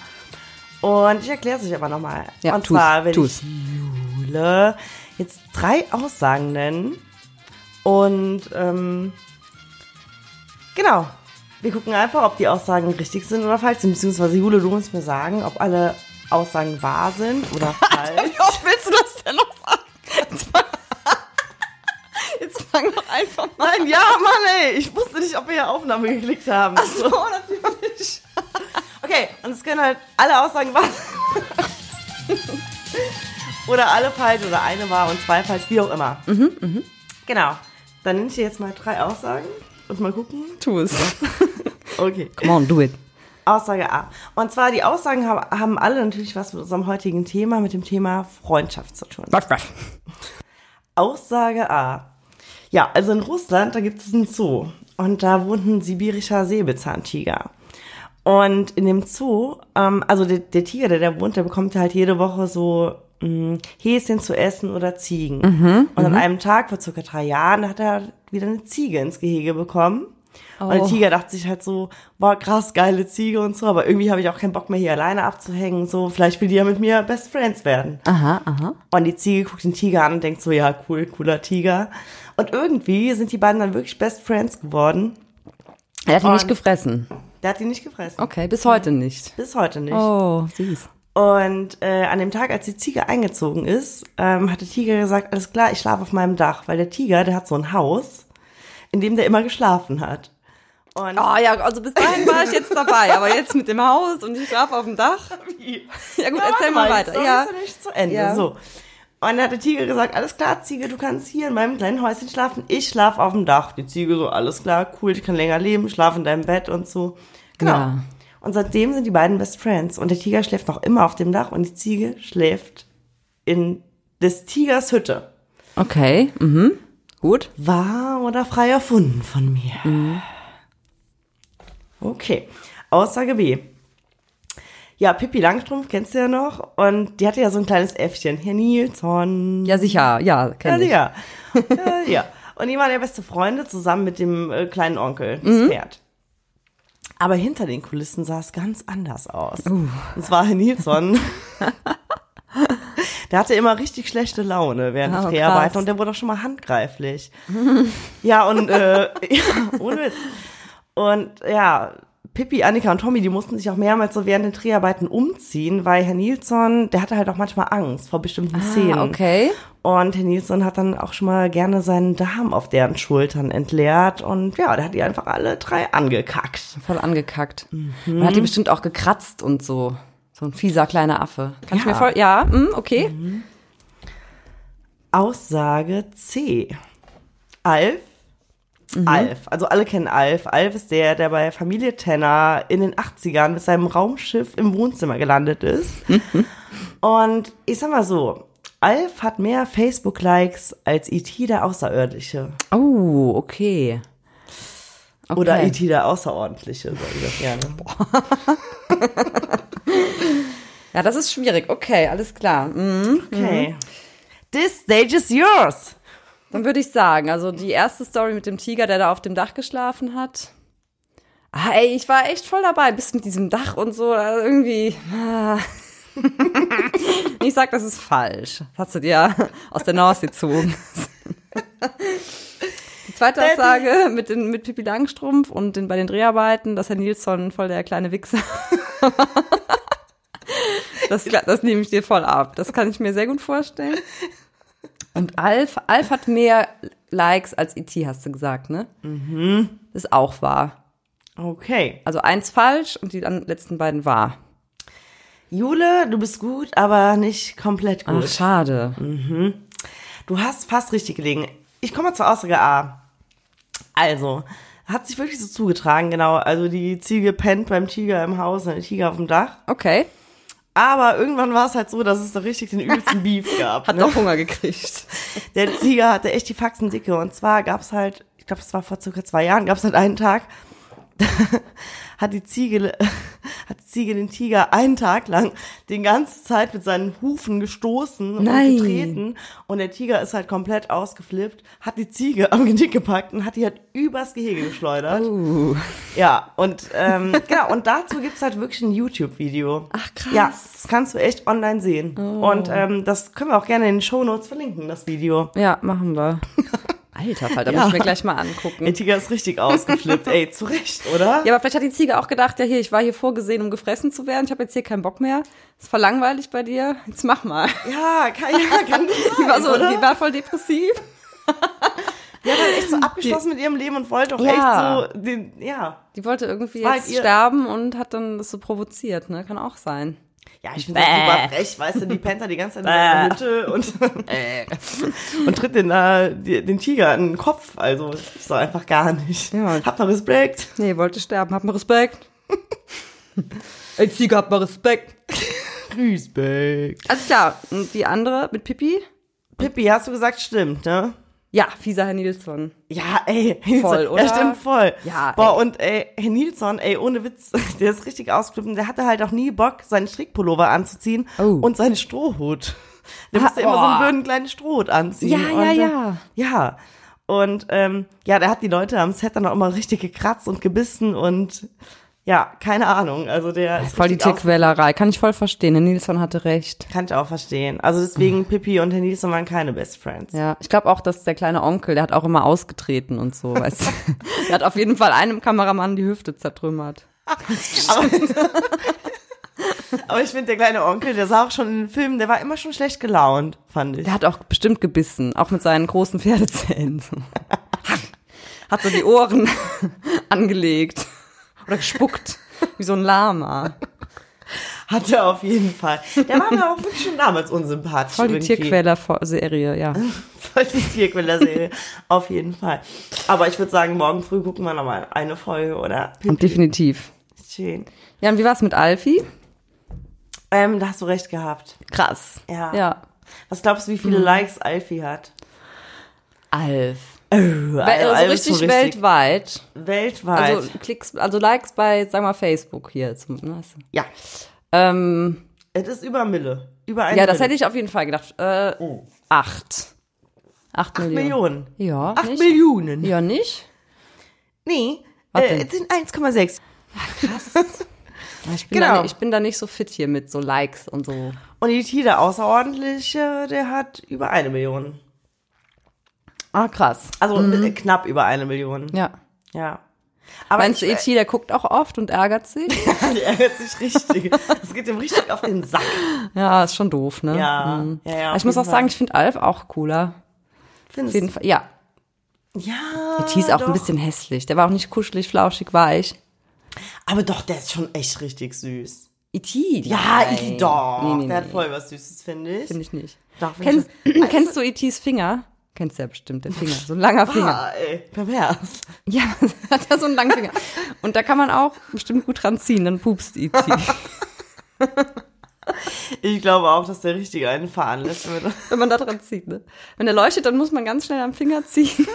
Speaker 1: Und ich erkläre es euch aber nochmal.
Speaker 3: Ja,
Speaker 1: Und
Speaker 3: tu's,
Speaker 1: zwar, wenn
Speaker 3: tu's.
Speaker 1: ich Jule jetzt drei Aussagen nennen. Und ähm, genau, wir gucken einfach, ob die Aussagen richtig sind oder falsch sind. Beziehungsweise Jule, du musst mir sagen, ob alle Aussagen wahr sind oder falsch.
Speaker 3: Wie oft willst du das denn noch sagen? Jetzt fang doch einfach mal an.
Speaker 1: Ja, Mann, ey, ich wusste nicht, ob wir hier Aufnahme geklickt haben. Ach so, natürlich. Okay, und es können halt alle Aussagen wahr Oder alle falsch oder eine wahr und zwei falsch, wie auch immer. Mhm, mhm. Genau. Dann nenne ich dir jetzt mal drei Aussagen und mal gucken.
Speaker 3: Tu es.
Speaker 1: Okay.
Speaker 3: Come on, do it.
Speaker 1: Aussage A. Und zwar, die Aussagen haben, haben alle natürlich was mit unserem heutigen Thema, mit dem Thema Freundschaft zu tun.
Speaker 3: Wasch, wasch.
Speaker 1: Aussage A. Ja, also in Russland, da gibt es einen Zoo. Und da wohnt ein sibirischer Säbelzahntiger. Und in dem Zoo, ähm, also der, der Tiger, der da wohnt, der bekommt halt jede Woche so mh, Häschen zu essen oder Ziegen. und an einem Tag vor circa drei Jahren hat er halt wieder eine Ziege ins Gehege bekommen. Und der
Speaker 3: Oh.
Speaker 1: Tiger dachte sich halt so, boah, krass, geile Ziege und so, aber irgendwie habe ich auch keinen Bock mehr hier alleine abzuhängen, so, vielleicht will die ja mit mir Best Friends werden.
Speaker 3: Aha, aha.
Speaker 1: Und die Ziege guckt den Tiger an und denkt so, ja, cool, cooler Tiger. Und irgendwie sind die beiden dann wirklich Best Friends geworden.
Speaker 3: Er hat ihn
Speaker 1: Und-
Speaker 3: nicht gefressen.
Speaker 1: Der hat die nicht gefressen.
Speaker 3: Okay, bis heute nicht.
Speaker 1: Bis heute nicht.
Speaker 3: Oh, süß.
Speaker 1: Und äh, an dem Tag, als die Ziege eingezogen ist, ähm, hat der Tiger gesagt, alles klar, ich schlafe auf meinem Dach. Weil der Tiger, der hat so ein Haus, in dem der immer geschlafen hat. Und
Speaker 3: Oh ja, also bis dahin war ich jetzt dabei, aber jetzt mit dem Haus und ich schlafe auf dem Dach. Ja gut,
Speaker 1: Na, warte
Speaker 3: erzähl mal
Speaker 1: jetzt
Speaker 3: weiter.
Speaker 1: soll
Speaker 3: Ja.
Speaker 1: das ja nicht zu Ende.
Speaker 3: Ja.
Speaker 1: So. Und dann hat der Tiger gesagt, alles klar, Ziege, du kannst hier in meinem kleinen Häuschen schlafen. Ich schlafe auf dem Dach. Die Ziege so, alles klar, cool, ich kann länger leben, schlafe in deinem Bett und so. Genau.
Speaker 3: Ja.
Speaker 1: Und seitdem sind die beiden Best Friends. Und der Tiger schläft noch immer auf dem Dach und die Ziege schläft in des Tigers Hütte.
Speaker 3: Okay, mhm. Gut.
Speaker 1: Wahr oder frei erfunden von mir? Okay. Aussage B. Ja, Pippi Langstrumpf kennst du ja noch. Und die hatte ja so ein kleines Äffchen. Herr Nilsson.
Speaker 3: Ja, sicher. Ja,
Speaker 1: ja,
Speaker 3: kenn ich.
Speaker 1: sicher. ja, ja. Und die waren ja beste Freunde zusammen mit dem äh, kleinen Onkel, das
Speaker 3: Mhm.
Speaker 1: Pferd. Aber hinter den Kulissen sah es ganz anders aus.
Speaker 3: Uh.
Speaker 1: Und zwar Herr Nilsson. Der hatte immer richtig schlechte Laune während
Speaker 3: Oh,
Speaker 1: der Dreharbeiten
Speaker 3: krass.
Speaker 1: und der wurde auch schon mal handgreiflich. ja, und äh, ja, ohne Witz. Und ja, Pippi, Annika und Tommy, die mussten sich auch mehrmals so während den Dreharbeiten umziehen, weil Herr Nilsson, der hatte halt auch manchmal Angst vor bestimmten Szenen.
Speaker 3: Ah, okay.
Speaker 1: Und Herr Nilsson hat dann auch schon mal gerne seinen Darm auf deren Schultern entleert und ja, der hat die einfach alle drei angekackt.
Speaker 3: Mhm. Voll angekackt. Und hat die bestimmt auch gekratzt und so. So ein fieser kleiner Affe. Kann ich
Speaker 1: Ja.
Speaker 3: mir voll. Ja, hm, okay.
Speaker 1: Aussage C. Alf. Alf. Also alle kennen Alf. Alf ist der, der bei Familie Tanner in den 80ern mit seinem Raumschiff im Wohnzimmer gelandet ist. Und ich sag mal so, Alf hat mehr Facebook-Likes als E.T. der Außerirdische.
Speaker 3: Oh, okay. okay.
Speaker 1: Oder E.T. der Außerordentliche, sag ich das gerne.
Speaker 3: Ja, das ist schwierig. Okay, alles klar. Mhm.
Speaker 1: Okay. This stage is yours.
Speaker 3: Dann würde ich sagen, also die erste Story mit dem Tiger, der da auf dem Dach geschlafen hat. Ah, ey, ich war echt voll dabei, bis mit diesem Dach und so, also irgendwie. ah. Ich sag, das ist falsch. Das hast du dir aus der Nase gezogen. Die zweite Aussage mit, den, mit Pippi Langstrumpf und den, bei den Dreharbeiten, dass Herr Nilsson voll der kleine Wichser war. Das, das nehme ich dir voll ab. Das kann ich mir sehr gut vorstellen. Und Alf, Alf hat mehr Likes als IT, hast du gesagt, ne? Mhm. Das ist auch wahr.
Speaker 1: Okay.
Speaker 3: Also eins falsch und die dann letzten beiden wahr.
Speaker 1: Jule, du bist gut, aber nicht komplett gut.
Speaker 3: Ach, schade.
Speaker 1: Du hast fast richtig gelegen. Ich komme mal zur Aussage A. Also, hat sich wirklich so zugetragen, genau. Also die Ziege pennt beim Tiger im Haus und der Tiger auf dem Dach.
Speaker 3: Okay.
Speaker 1: Aber irgendwann war es halt so, dass es da richtig den übelsten Beef gab.
Speaker 3: Hat
Speaker 1: ne?
Speaker 3: doch Hunger gekriegt.
Speaker 1: Der Tiger hatte echt die Faxen dicke. Und zwar gab es halt, ich glaube, es war vor circa zwei Jahren, gab es halt einen Tag, hat die Ziege, hat die Ziege den Tiger einen Tag lang den ganzen Zeit mit seinen Hufen gestoßen
Speaker 3: Nein.
Speaker 1: und getreten. Und der Tiger ist halt komplett ausgeflippt, hat die Ziege am Genick gepackt und hat die halt übers Gehege geschleudert.
Speaker 3: Oh. Uh.
Speaker 1: Ja, und ähm, genau, und dazu gibt's halt wirklich ein YouTube-Video.
Speaker 3: Ach, krass. Oh.
Speaker 1: Ja, das kannst du echt online sehen. Und ähm, das können wir auch gerne in den Shownotes verlinken, das Video.
Speaker 3: Ja, machen wir. Alter Falter,
Speaker 1: Ja.
Speaker 3: muss ich mir gleich mal
Speaker 1: Der
Speaker 3: angucken.
Speaker 1: Tiger ist richtig ausgeflippt, ey, zu Recht, oder?
Speaker 3: Ja, aber vielleicht hat die Ziege auch gedacht, ja hier, ich war hier vorgesehen, um gefressen zu werden. Ich habe jetzt hier keinen Bock mehr. Ist voll langweilig bei dir. Jetzt mach mal.
Speaker 1: Ja, kann, ja, kann nicht sein,
Speaker 3: Die war, so,
Speaker 1: oder?
Speaker 3: die war voll depressiv.
Speaker 1: Die hat halt echt so abgeschlossen mit ihrem Leben und wollte auch
Speaker 3: Ja.
Speaker 1: echt so den, ja.
Speaker 3: Die wollte irgendwie
Speaker 1: war
Speaker 3: jetzt
Speaker 1: halt ihr-
Speaker 3: sterben und hat dann das so provoziert, ne? Kann auch sein.
Speaker 1: Ja, ich finde das
Speaker 3: Bäh.
Speaker 1: super frech, weißt du, die Panther die ganze Zeit in der Hütte und, und tritt den, äh, die- den Tiger in den Kopf. Also, das gibt's doch einfach gar nicht.
Speaker 3: Ja.
Speaker 1: Habt mal Respekt.
Speaker 3: Nee, wollte sterben. Hab mal Respekt. Ey, Ziege, hab mal Respekt.
Speaker 1: Respekt.
Speaker 3: Alles klar. Und die andere mit Pipi?
Speaker 1: Pippi, hast du gesagt, stimmt, ne?
Speaker 3: Ja, fieser Herr Nilsson.
Speaker 1: Ja, ey. Nilsson,
Speaker 3: oder?
Speaker 1: Ja, stimmt, voll.
Speaker 3: Ja,
Speaker 1: Boah, und ey, Herr Nilsson, ey, ohne Witz, der ist richtig ausgeflippt. Der hatte halt auch nie Bock, seinen Strickpullover anzuziehen
Speaker 3: Oh.
Speaker 1: und seinen Strohhut. Der musste
Speaker 3: Ah,
Speaker 1: immer so einen
Speaker 3: boah.
Speaker 1: blöden kleinen Strohhut anziehen.
Speaker 3: Ja, ja,
Speaker 1: und, äh,
Speaker 3: ja.
Speaker 1: Ja. Und ähm, ja, der hat die Leute am Set dann auch immer richtig gekratzt und gebissen und ja, keine Ahnung. Also der ist
Speaker 3: Voll die
Speaker 1: richtig aus-
Speaker 3: Tickquälerei. Kann ich voll verstehen. Herr Nilsson hatte recht.
Speaker 1: Kann ich auch verstehen. Also deswegen, Pippi und Herr Nilsson waren keine Best Friends.
Speaker 3: Hm. Ja, ich glaube auch, dass der kleine Onkel, der hat auch immer ausgetreten und so, weißt du. Der hat auf jeden Fall einem Kameramann die Hüfte zertrümmert.
Speaker 1: Aber ich finde, der kleine Onkel, der sah auch schon in den Filmen, der war immer schon schlecht gelaunt, fand ich.
Speaker 3: Der hat auch bestimmt gebissen, auch mit seinen großen Pferdezähnen. hat so die Ohren angelegt oder gespuckt, wie so ein Lama.
Speaker 1: Hat er auf jeden Fall. Der war mir auch wirklich schon damals unsympathisch.
Speaker 3: Voll die
Speaker 1: irgendwie.
Speaker 3: Tierquäler-Serie, ja.
Speaker 1: Voll die Tierquäler-Serie. auf jeden Fall. Aber ich würde sagen, morgen früh gucken wir nochmal eine Folge, oder?
Speaker 3: Und definitiv.
Speaker 1: Schön.
Speaker 3: Ja, und wie war's mit Alfie?
Speaker 1: Ähm, da hast du recht gehabt.
Speaker 3: Krass.
Speaker 1: Ja.
Speaker 3: Ja. Mhm.
Speaker 1: Was glaubst du, wie viele Likes Alfie hat?
Speaker 3: Alf.
Speaker 1: Oh,
Speaker 3: Also,
Speaker 1: Alf ist
Speaker 3: richtig, weltweit.
Speaker 1: weltweit.
Speaker 3: Also Klicks, also Likes bei, sag mal, Facebook hier. Zum, ne? weißt du?
Speaker 1: ja,
Speaker 3: ähm,
Speaker 1: es ist über Mille. Über eine
Speaker 3: ja, das
Speaker 1: Mille.
Speaker 3: hätte ich auf jeden Fall gedacht. Äh, Acht. Acht Millionen.
Speaker 1: Oh. Millionen.
Speaker 3: Ja,
Speaker 1: Acht
Speaker 3: nicht?
Speaker 1: Millionen.
Speaker 3: Ja, nicht?
Speaker 1: Nee,
Speaker 3: Was
Speaker 1: äh,
Speaker 3: denn?
Speaker 1: es sind 1,6.
Speaker 3: Ich bin,
Speaker 1: Genau.
Speaker 3: da, nicht- ich bin da nicht so fit hier mit so Likes und so.
Speaker 1: Und die Tide außerordentliche, der hat über eine Million.
Speaker 3: Ah, krass.
Speaker 1: Also äh, knapp über eine Million.
Speaker 3: Mhm. Ja.
Speaker 1: Ja. Aber
Speaker 3: Meinst du,
Speaker 1: ich,
Speaker 3: E.T., der guckt auch oft und ärgert sich?
Speaker 1: äh, der ärgert sich richtig. Das geht ihm richtig auf den Sack.
Speaker 3: ja, ist schon doof, ne?
Speaker 1: Ja,
Speaker 3: Mhm.
Speaker 1: ja, ja,
Speaker 3: Aber
Speaker 1: auf
Speaker 3: ich muss
Speaker 1: jeden
Speaker 3: auch
Speaker 1: Fall.
Speaker 3: sagen, ich finde Alf auch cooler. Auf
Speaker 1: Findest
Speaker 3: jeden
Speaker 1: du?
Speaker 3: Fall. Ja.
Speaker 1: Ja.
Speaker 3: E.T. ist auch
Speaker 1: Ah, doch.
Speaker 3: ein bisschen hässlich. Der war auch nicht kuschelig, flauschig, weich.
Speaker 1: Aber doch, der ist schon echt richtig süß.
Speaker 3: E.T.
Speaker 1: Ja,
Speaker 3: E nein.
Speaker 1: ich doch.
Speaker 3: Nee, nee,
Speaker 1: Der hat
Speaker 3: nee.
Speaker 1: voll was Süßes, finde ich.
Speaker 3: Finde ich nicht.
Speaker 1: Doch, find
Speaker 3: Kennst,
Speaker 1: ich schon.
Speaker 3: kennst du E.T.s Finger? Kennst du ja bestimmt, der Finger. So ein langer Finger.
Speaker 1: Ah, ey, pervers.
Speaker 3: Ja, hat er so einen langen Finger. Und da kann man auch bestimmt gut dran ziehen, dann pupst E E.T.
Speaker 1: Ich glaube auch, dass der richtige einen fahren lässt. Mit.
Speaker 3: wenn man da dran zieht, ne? Wenn der leuchtet, dann muss man ganz schnell am Finger ziehen.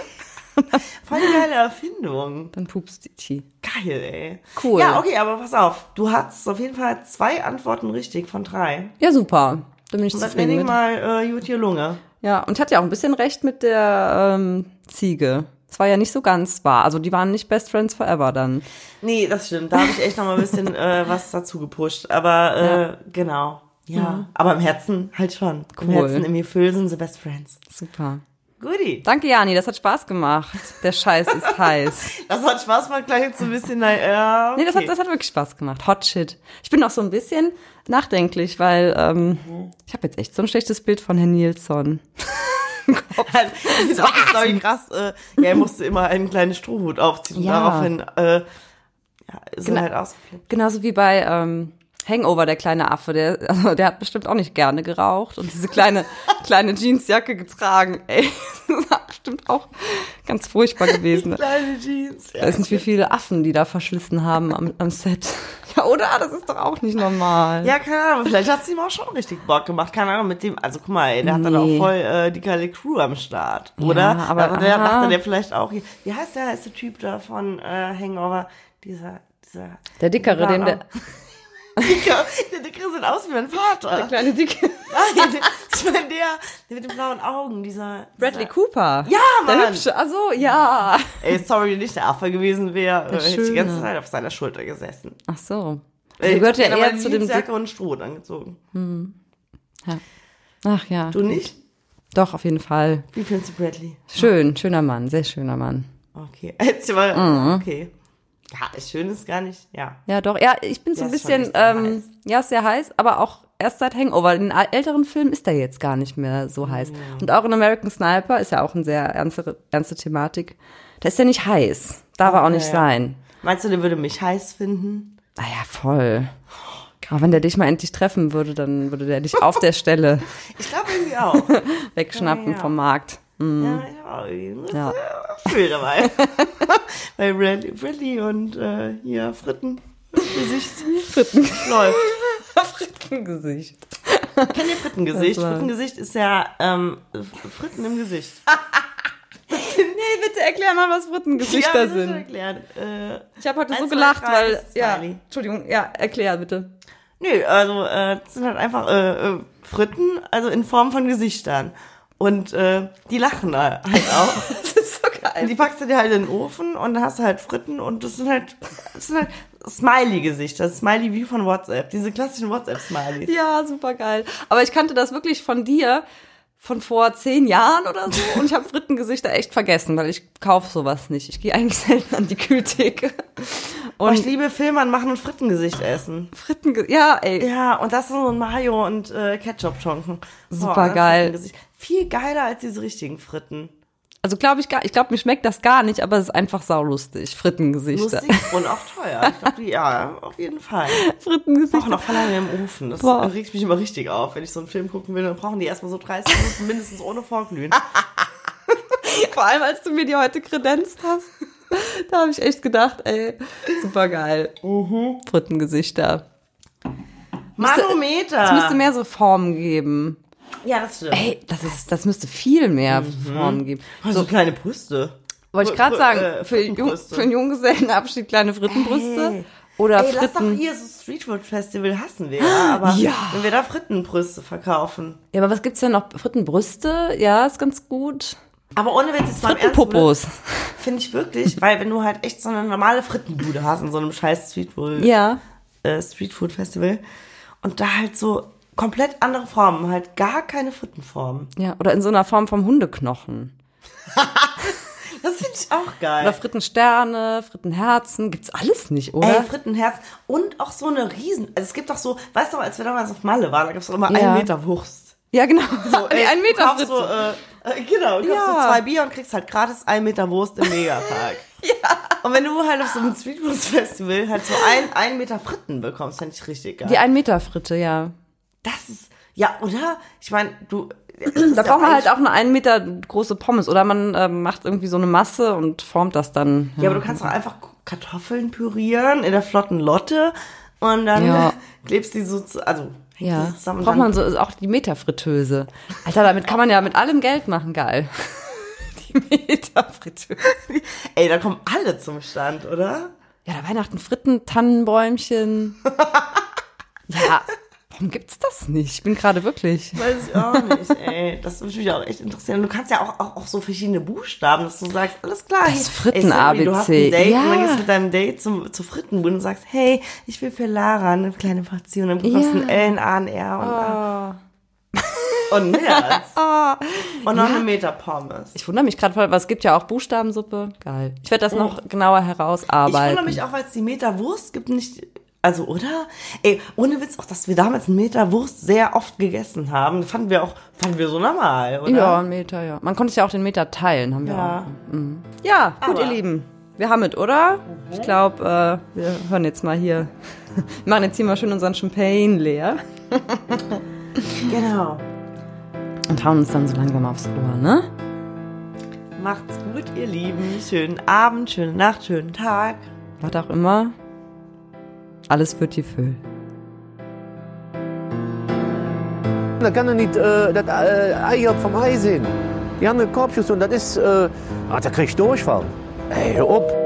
Speaker 1: Voll die geile Erfindung.
Speaker 3: Dann pupst E E.T.
Speaker 1: Geil, ey.
Speaker 3: Cool.
Speaker 1: Ja, okay, aber pass auf. Du hattest auf jeden Fall zwei Antworten richtig von drei.
Speaker 3: Ja, super. Da bin ich
Speaker 1: Das
Speaker 3: zufrieden
Speaker 1: Training
Speaker 3: mit.
Speaker 1: mal äh, gut hier Lunge.
Speaker 3: Ja, und hat ja auch ein bisschen recht mit der ähm, Ziege. Es war ja nicht so ganz wahr. Also die waren nicht Best Friends Forever dann.
Speaker 1: Nee, das stimmt. Da habe ich echt noch mal ein bisschen äh, was dazu gepusht. Aber äh, genau. Ja. Aber im Herzen halt schon. Im
Speaker 3: Cool.
Speaker 1: Herzen, im Gefühl sind sie best friends.
Speaker 3: Super.
Speaker 1: Goodie.
Speaker 3: Danke, Jani, das hat Spaß gemacht. Der Scheiß ist heiß.
Speaker 1: Das hat Spaß gemacht, gleich jetzt so ein bisschen, naja.
Speaker 3: Nee, das hat, das hat wirklich Spaß gemacht. Hot Shit. Ich bin noch so ein bisschen nachdenklich, weil ähm, ich habe jetzt echt so ein schlechtes Bild von Herrn Nilsson.
Speaker 1: halt. Das ist auch eine Story krass. Äh, ja, er musste immer einen kleinen Strohhut aufziehen.
Speaker 3: Ja. Genau.
Speaker 1: Und daraufhin äh, ja, ist er halt ausgeflippt.
Speaker 3: Genauso wie bei ähm, Hangover, der kleine Affe, der, also der hat bestimmt auch nicht gerne geraucht und diese kleine, kleine Jeansjacke getragen. Ey, das war bestimmt auch ganz furchtbar gewesen. Ich
Speaker 1: Kleine Jeans. Ja.
Speaker 3: weiß nicht, wie viele Affen, die da verschlissen haben am, am Set. Ja, oder? Ah, Das ist doch auch nicht normal.
Speaker 1: Ja, keine Ahnung, vielleicht hat es ihm auch schon richtig Bock gemacht. Keine Ahnung, mit dem, also guck mal, ey, der hat dann auch
Speaker 3: Nee.
Speaker 1: voll äh, die geile Crew am Start, oder?
Speaker 3: aber-
Speaker 1: da, der
Speaker 3: aha.
Speaker 1: dachte der vielleicht auch, hier- wie heißt der heiße Typ da von äh, Hangover? Dieser, dieser.
Speaker 3: Der Dickere, den der-
Speaker 1: Dicker, der Dickere sieht aus wie mein Vater.
Speaker 3: Kleine dicke
Speaker 1: Nein, ich meine, der, der mit den blauen Augen, dieser.
Speaker 3: Bradley
Speaker 1: dieser,
Speaker 3: Cooper.
Speaker 1: Ja, Mann.
Speaker 3: Der hübsche. Ach so, ja.
Speaker 1: Ey, sorry, wenn ich der Affe gewesen wäre, äh, hätte ich die
Speaker 3: Schöne.
Speaker 1: ganze Zeit auf seiner Schulter gesessen.
Speaker 3: Ach so.
Speaker 1: Äh,
Speaker 3: Der gehört ja
Speaker 1: ich hab
Speaker 3: eher
Speaker 1: meine
Speaker 3: zu dem Dick
Speaker 1: Jeansjacke und Stroh angezogen.
Speaker 3: Ach ja.
Speaker 1: Du nicht?
Speaker 3: Doch, auf jeden Fall.
Speaker 1: Wie findest du Bradley?
Speaker 3: Schön, schöner Mann, sehr schöner Mann.
Speaker 1: Okay, jetzt mal.
Speaker 3: Mhm.
Speaker 1: Okay. Ja, ist schön ist gar nicht. Ja.
Speaker 3: Ja, doch. Ja, ich bin so
Speaker 1: Der
Speaker 3: ein
Speaker 1: ist schon
Speaker 3: bisschen,
Speaker 1: echt sehr
Speaker 3: ähm,
Speaker 1: heiß.
Speaker 3: ja, ist sehr heiß, aber auch erst seit Hangover. In älteren Filmen ist er jetzt gar nicht mehr so heiß. Und auch in American Sniper ist ja auch eine sehr ernste, ernste Thematik. Da ist er nicht heiß. Darf er auch nicht
Speaker 1: ja.
Speaker 3: sein.
Speaker 1: Meinst du, der würde mich heiß finden?
Speaker 3: Naja, voll. Aber wenn der dich mal endlich treffen würde, dann würde der dich auf der Stelle
Speaker 1: Ich glaube irgendwie auch.
Speaker 3: wegschnappen
Speaker 1: Ja, ja.
Speaker 3: vom Markt. Hm.
Speaker 1: ja, ich auch irgendwie.
Speaker 3: Mhm. Ja.
Speaker 1: Ja. Viel dabei. Bei Bradley, Bradley und äh, hier Fritten. Gesicht. Fritten. Läuft.
Speaker 3: Frittengesicht.
Speaker 1: Kennt ihr Frittengesicht?
Speaker 3: Das war-
Speaker 1: Frittengesicht ist ja ähm, Fritten im Gesicht.
Speaker 3: Nee, bitte erklär mal, was Frittengesichter
Speaker 1: ja, das
Speaker 3: sind.
Speaker 1: Erklären. Äh,
Speaker 3: Ich habe heute so
Speaker 1: Eins, zwei,
Speaker 3: gelacht,
Speaker 1: drei,
Speaker 3: weil, ja,
Speaker 1: Smiley.
Speaker 3: Entschuldigung, ja, erklär bitte.
Speaker 1: Nö, also äh, das sind halt einfach äh, äh, Fritten, also in Form von Gesichtern. Und äh, die lachen halt auch.
Speaker 3: Das ist so geil.
Speaker 1: die packst du dir halt in den Ofen und dann hast du halt Fritten und das sind halt, das sind halt Smiley-Gesichter. Smiley wie von WhatsApp. Diese klassischen WhatsApp-Smileys.
Speaker 3: Ja, super geil. Aber ich kannte das wirklich von dir von vor zehn Jahren oder so und ich habe Frittengesichter echt vergessen, weil ich kaufe sowas nicht. Ich gehe eigentlich selten an die Kühltheke.
Speaker 1: Und ich
Speaker 3: Und
Speaker 1: liebe Filmern machen und Frittengesicht essen.
Speaker 3: Frittengesichter, ja, ey.
Speaker 1: Ja, und das ist so ein Mayo und äh, Ketchup-Tonken.
Speaker 3: Supergeil.
Speaker 1: ne, Viel geiler als diese richtigen Fritten.
Speaker 3: Also glaube ich gar, ich glaube mir schmeckt das gar nicht, aber es ist einfach saulustig. Frittengesichter.
Speaker 1: Lustig und auch teuer. Ich glaube, ja, auf jeden Fall.
Speaker 3: Frittengesichter.
Speaker 1: brauchen auch Verlangen im Ofen. Das
Speaker 3: Boah.
Speaker 1: regt mich immer richtig auf. Wenn ich so einen Film gucken will, dann brauchen die erstmal so 30 Minuten mindestens ohne Vorglühen.
Speaker 3: Vor allem, als du mir die heute kredenzt hast. Da habe ich echt gedacht, ey, super geil. Frittengesichter. Es müsste
Speaker 1: Manometer.
Speaker 3: mehr so Formen geben.
Speaker 1: Ja, das stimmt.
Speaker 3: Ey, das, ist, das müsste viel mehr Formen geben.
Speaker 1: Oh, so kleine Brüste.
Speaker 3: Wollte ich gerade
Speaker 1: Fr-
Speaker 3: sagen,
Speaker 1: äh,
Speaker 3: für, Jung,
Speaker 1: Frittenbrüste.
Speaker 3: für einen Junggesellenabschied kleine Frittenbrüste
Speaker 1: Ey.
Speaker 3: oder
Speaker 1: Ey, lass doch
Speaker 3: Fritten. Ah,
Speaker 1: hier so Streetfood-Festival hassen wir, ja. Aber
Speaker 3: Ja.
Speaker 1: wenn wir da Frittenbrüste verkaufen.
Speaker 3: Ja, aber was gibt's denn noch? Frittenbrüste? Ja, ist ganz gut.
Speaker 1: Aber ohne Witz, jetzt mal im Ernst,
Speaker 3: Frittenpopos.
Speaker 1: finde ich wirklich, weil wenn du halt echt so eine normale Frittenbude hast in so einem scheiß Streetfood,
Speaker 3: Ja.
Speaker 1: äh, Streetfood-Festival und da halt so komplett andere Formen, halt gar keine Frittenformen.
Speaker 3: Ja, oder in so einer Form vom Hundeknochen.
Speaker 1: Das finde ich auch geil.
Speaker 3: Oder Frittensterne, Frittenherzen, gibt's alles nicht, oder?
Speaker 1: Ey, Frittenherz und auch so eine riesen, also es gibt auch so, weißt du, als wir damals auf Malle waren, da gab es doch immer
Speaker 3: Ja.
Speaker 1: einen Meter Wurst.
Speaker 3: ja, genau. So,
Speaker 1: ey,
Speaker 3: ein
Speaker 1: du
Speaker 3: Meter
Speaker 1: kaufst
Speaker 3: Fritte.
Speaker 1: so, äh, Äh, Genau, du kaufst
Speaker 3: Ja.
Speaker 1: so zwei Bier und kriegst halt gratis einen Meter Wurst im Megapark. ja. Und wenn du halt auf so einem Streetfood-Festival halt so ein, einen Meter Fritten bekommst, fände ich richtig geil.
Speaker 3: Die 1 Meter Fritte, ja.
Speaker 1: Das ist, ja, oder? Ich meine, du... äh,
Speaker 3: Da braucht man halt auch eine 1 Meter große Pommes oder man äh, macht irgendwie so eine Masse und formt das dann.
Speaker 1: Ja, aber du kannst doch einfach Kartoffeln pürieren in der flotten Lotte und dann
Speaker 3: Ja.
Speaker 1: klebst die so zu, also hängst die
Speaker 3: Ja,
Speaker 1: so zusammen und
Speaker 3: braucht man
Speaker 1: dann,
Speaker 3: so ist auch die Meterfritteuse. Alter, damit kann man ja mit allem Geld machen, geil. Die Meterfritteuse.
Speaker 1: Ey, da kommen alle zum Stand, oder?
Speaker 3: Ja, da Weihnachten Fritten, Tannenbäumchen. Ja, warum gibt's das nicht? Ich bin gerade wirklich.
Speaker 1: Weiß ich auch nicht, ey. Das würde mich auch echt interessieren. Du kannst ja auch, auch, auch so verschiedene Buchstaben, dass du sagst, alles klar.
Speaker 3: Das
Speaker 1: hey, ey,
Speaker 3: Fritten-
Speaker 1: Sammy, Du hast ein
Speaker 3: ABC,
Speaker 1: Date und dann
Speaker 3: ja.
Speaker 1: gehst du mit deinem Date zum, zu Frittenbude und sagst, hey, ich will für Lara eine kleine Portion. Dann bekommst du
Speaker 3: Ja. Oh.
Speaker 1: ein L, ein A, ein R und A. Und mehr als. Und noch eine Meter Pommes.
Speaker 3: Ich wundere mich gerade voll, was gibt ja auch Buchstabensuppe. Geil. Ich werde das noch genauer
Speaker 1: Oh. Ich wundere
Speaker 3: herausarbeiten.
Speaker 1: mich auch, weil es die Meter Wurst gibt, nicht. Also, oder? Ey, ohne Witz auch, dass wir damals einen Meter Wurst sehr oft gegessen haben. Fanden wir auch, fanden wir so normal, oder?
Speaker 3: ja, ein Meter, ja. Man konnte es ja auch den Meter teilen, haben wir
Speaker 1: Ja.
Speaker 3: auch. Mhm. Ja, gut,
Speaker 1: Aber-
Speaker 3: ihr Lieben. Wir haben es, oder?
Speaker 1: Mhm.
Speaker 3: Ich glaube, äh, wir hören jetzt mal hier. Wir machen jetzt hier mal schön unseren Champagne leer.
Speaker 1: Genau.
Speaker 3: Und hauen uns dann so langsam aufs Ohr, ne?
Speaker 1: Macht's gut, ihr Lieben. Schönen Abend, schöne Nacht, schönen Tag.
Speaker 3: Was auch immer. Alles wird die Füll.
Speaker 2: Da kann er nicht äh, das äh, Eier vom Ei sehen. Die haben ein Korbschuss und das ist. Äh, ah, da krieg ich Durchfall. Ey, hör auf.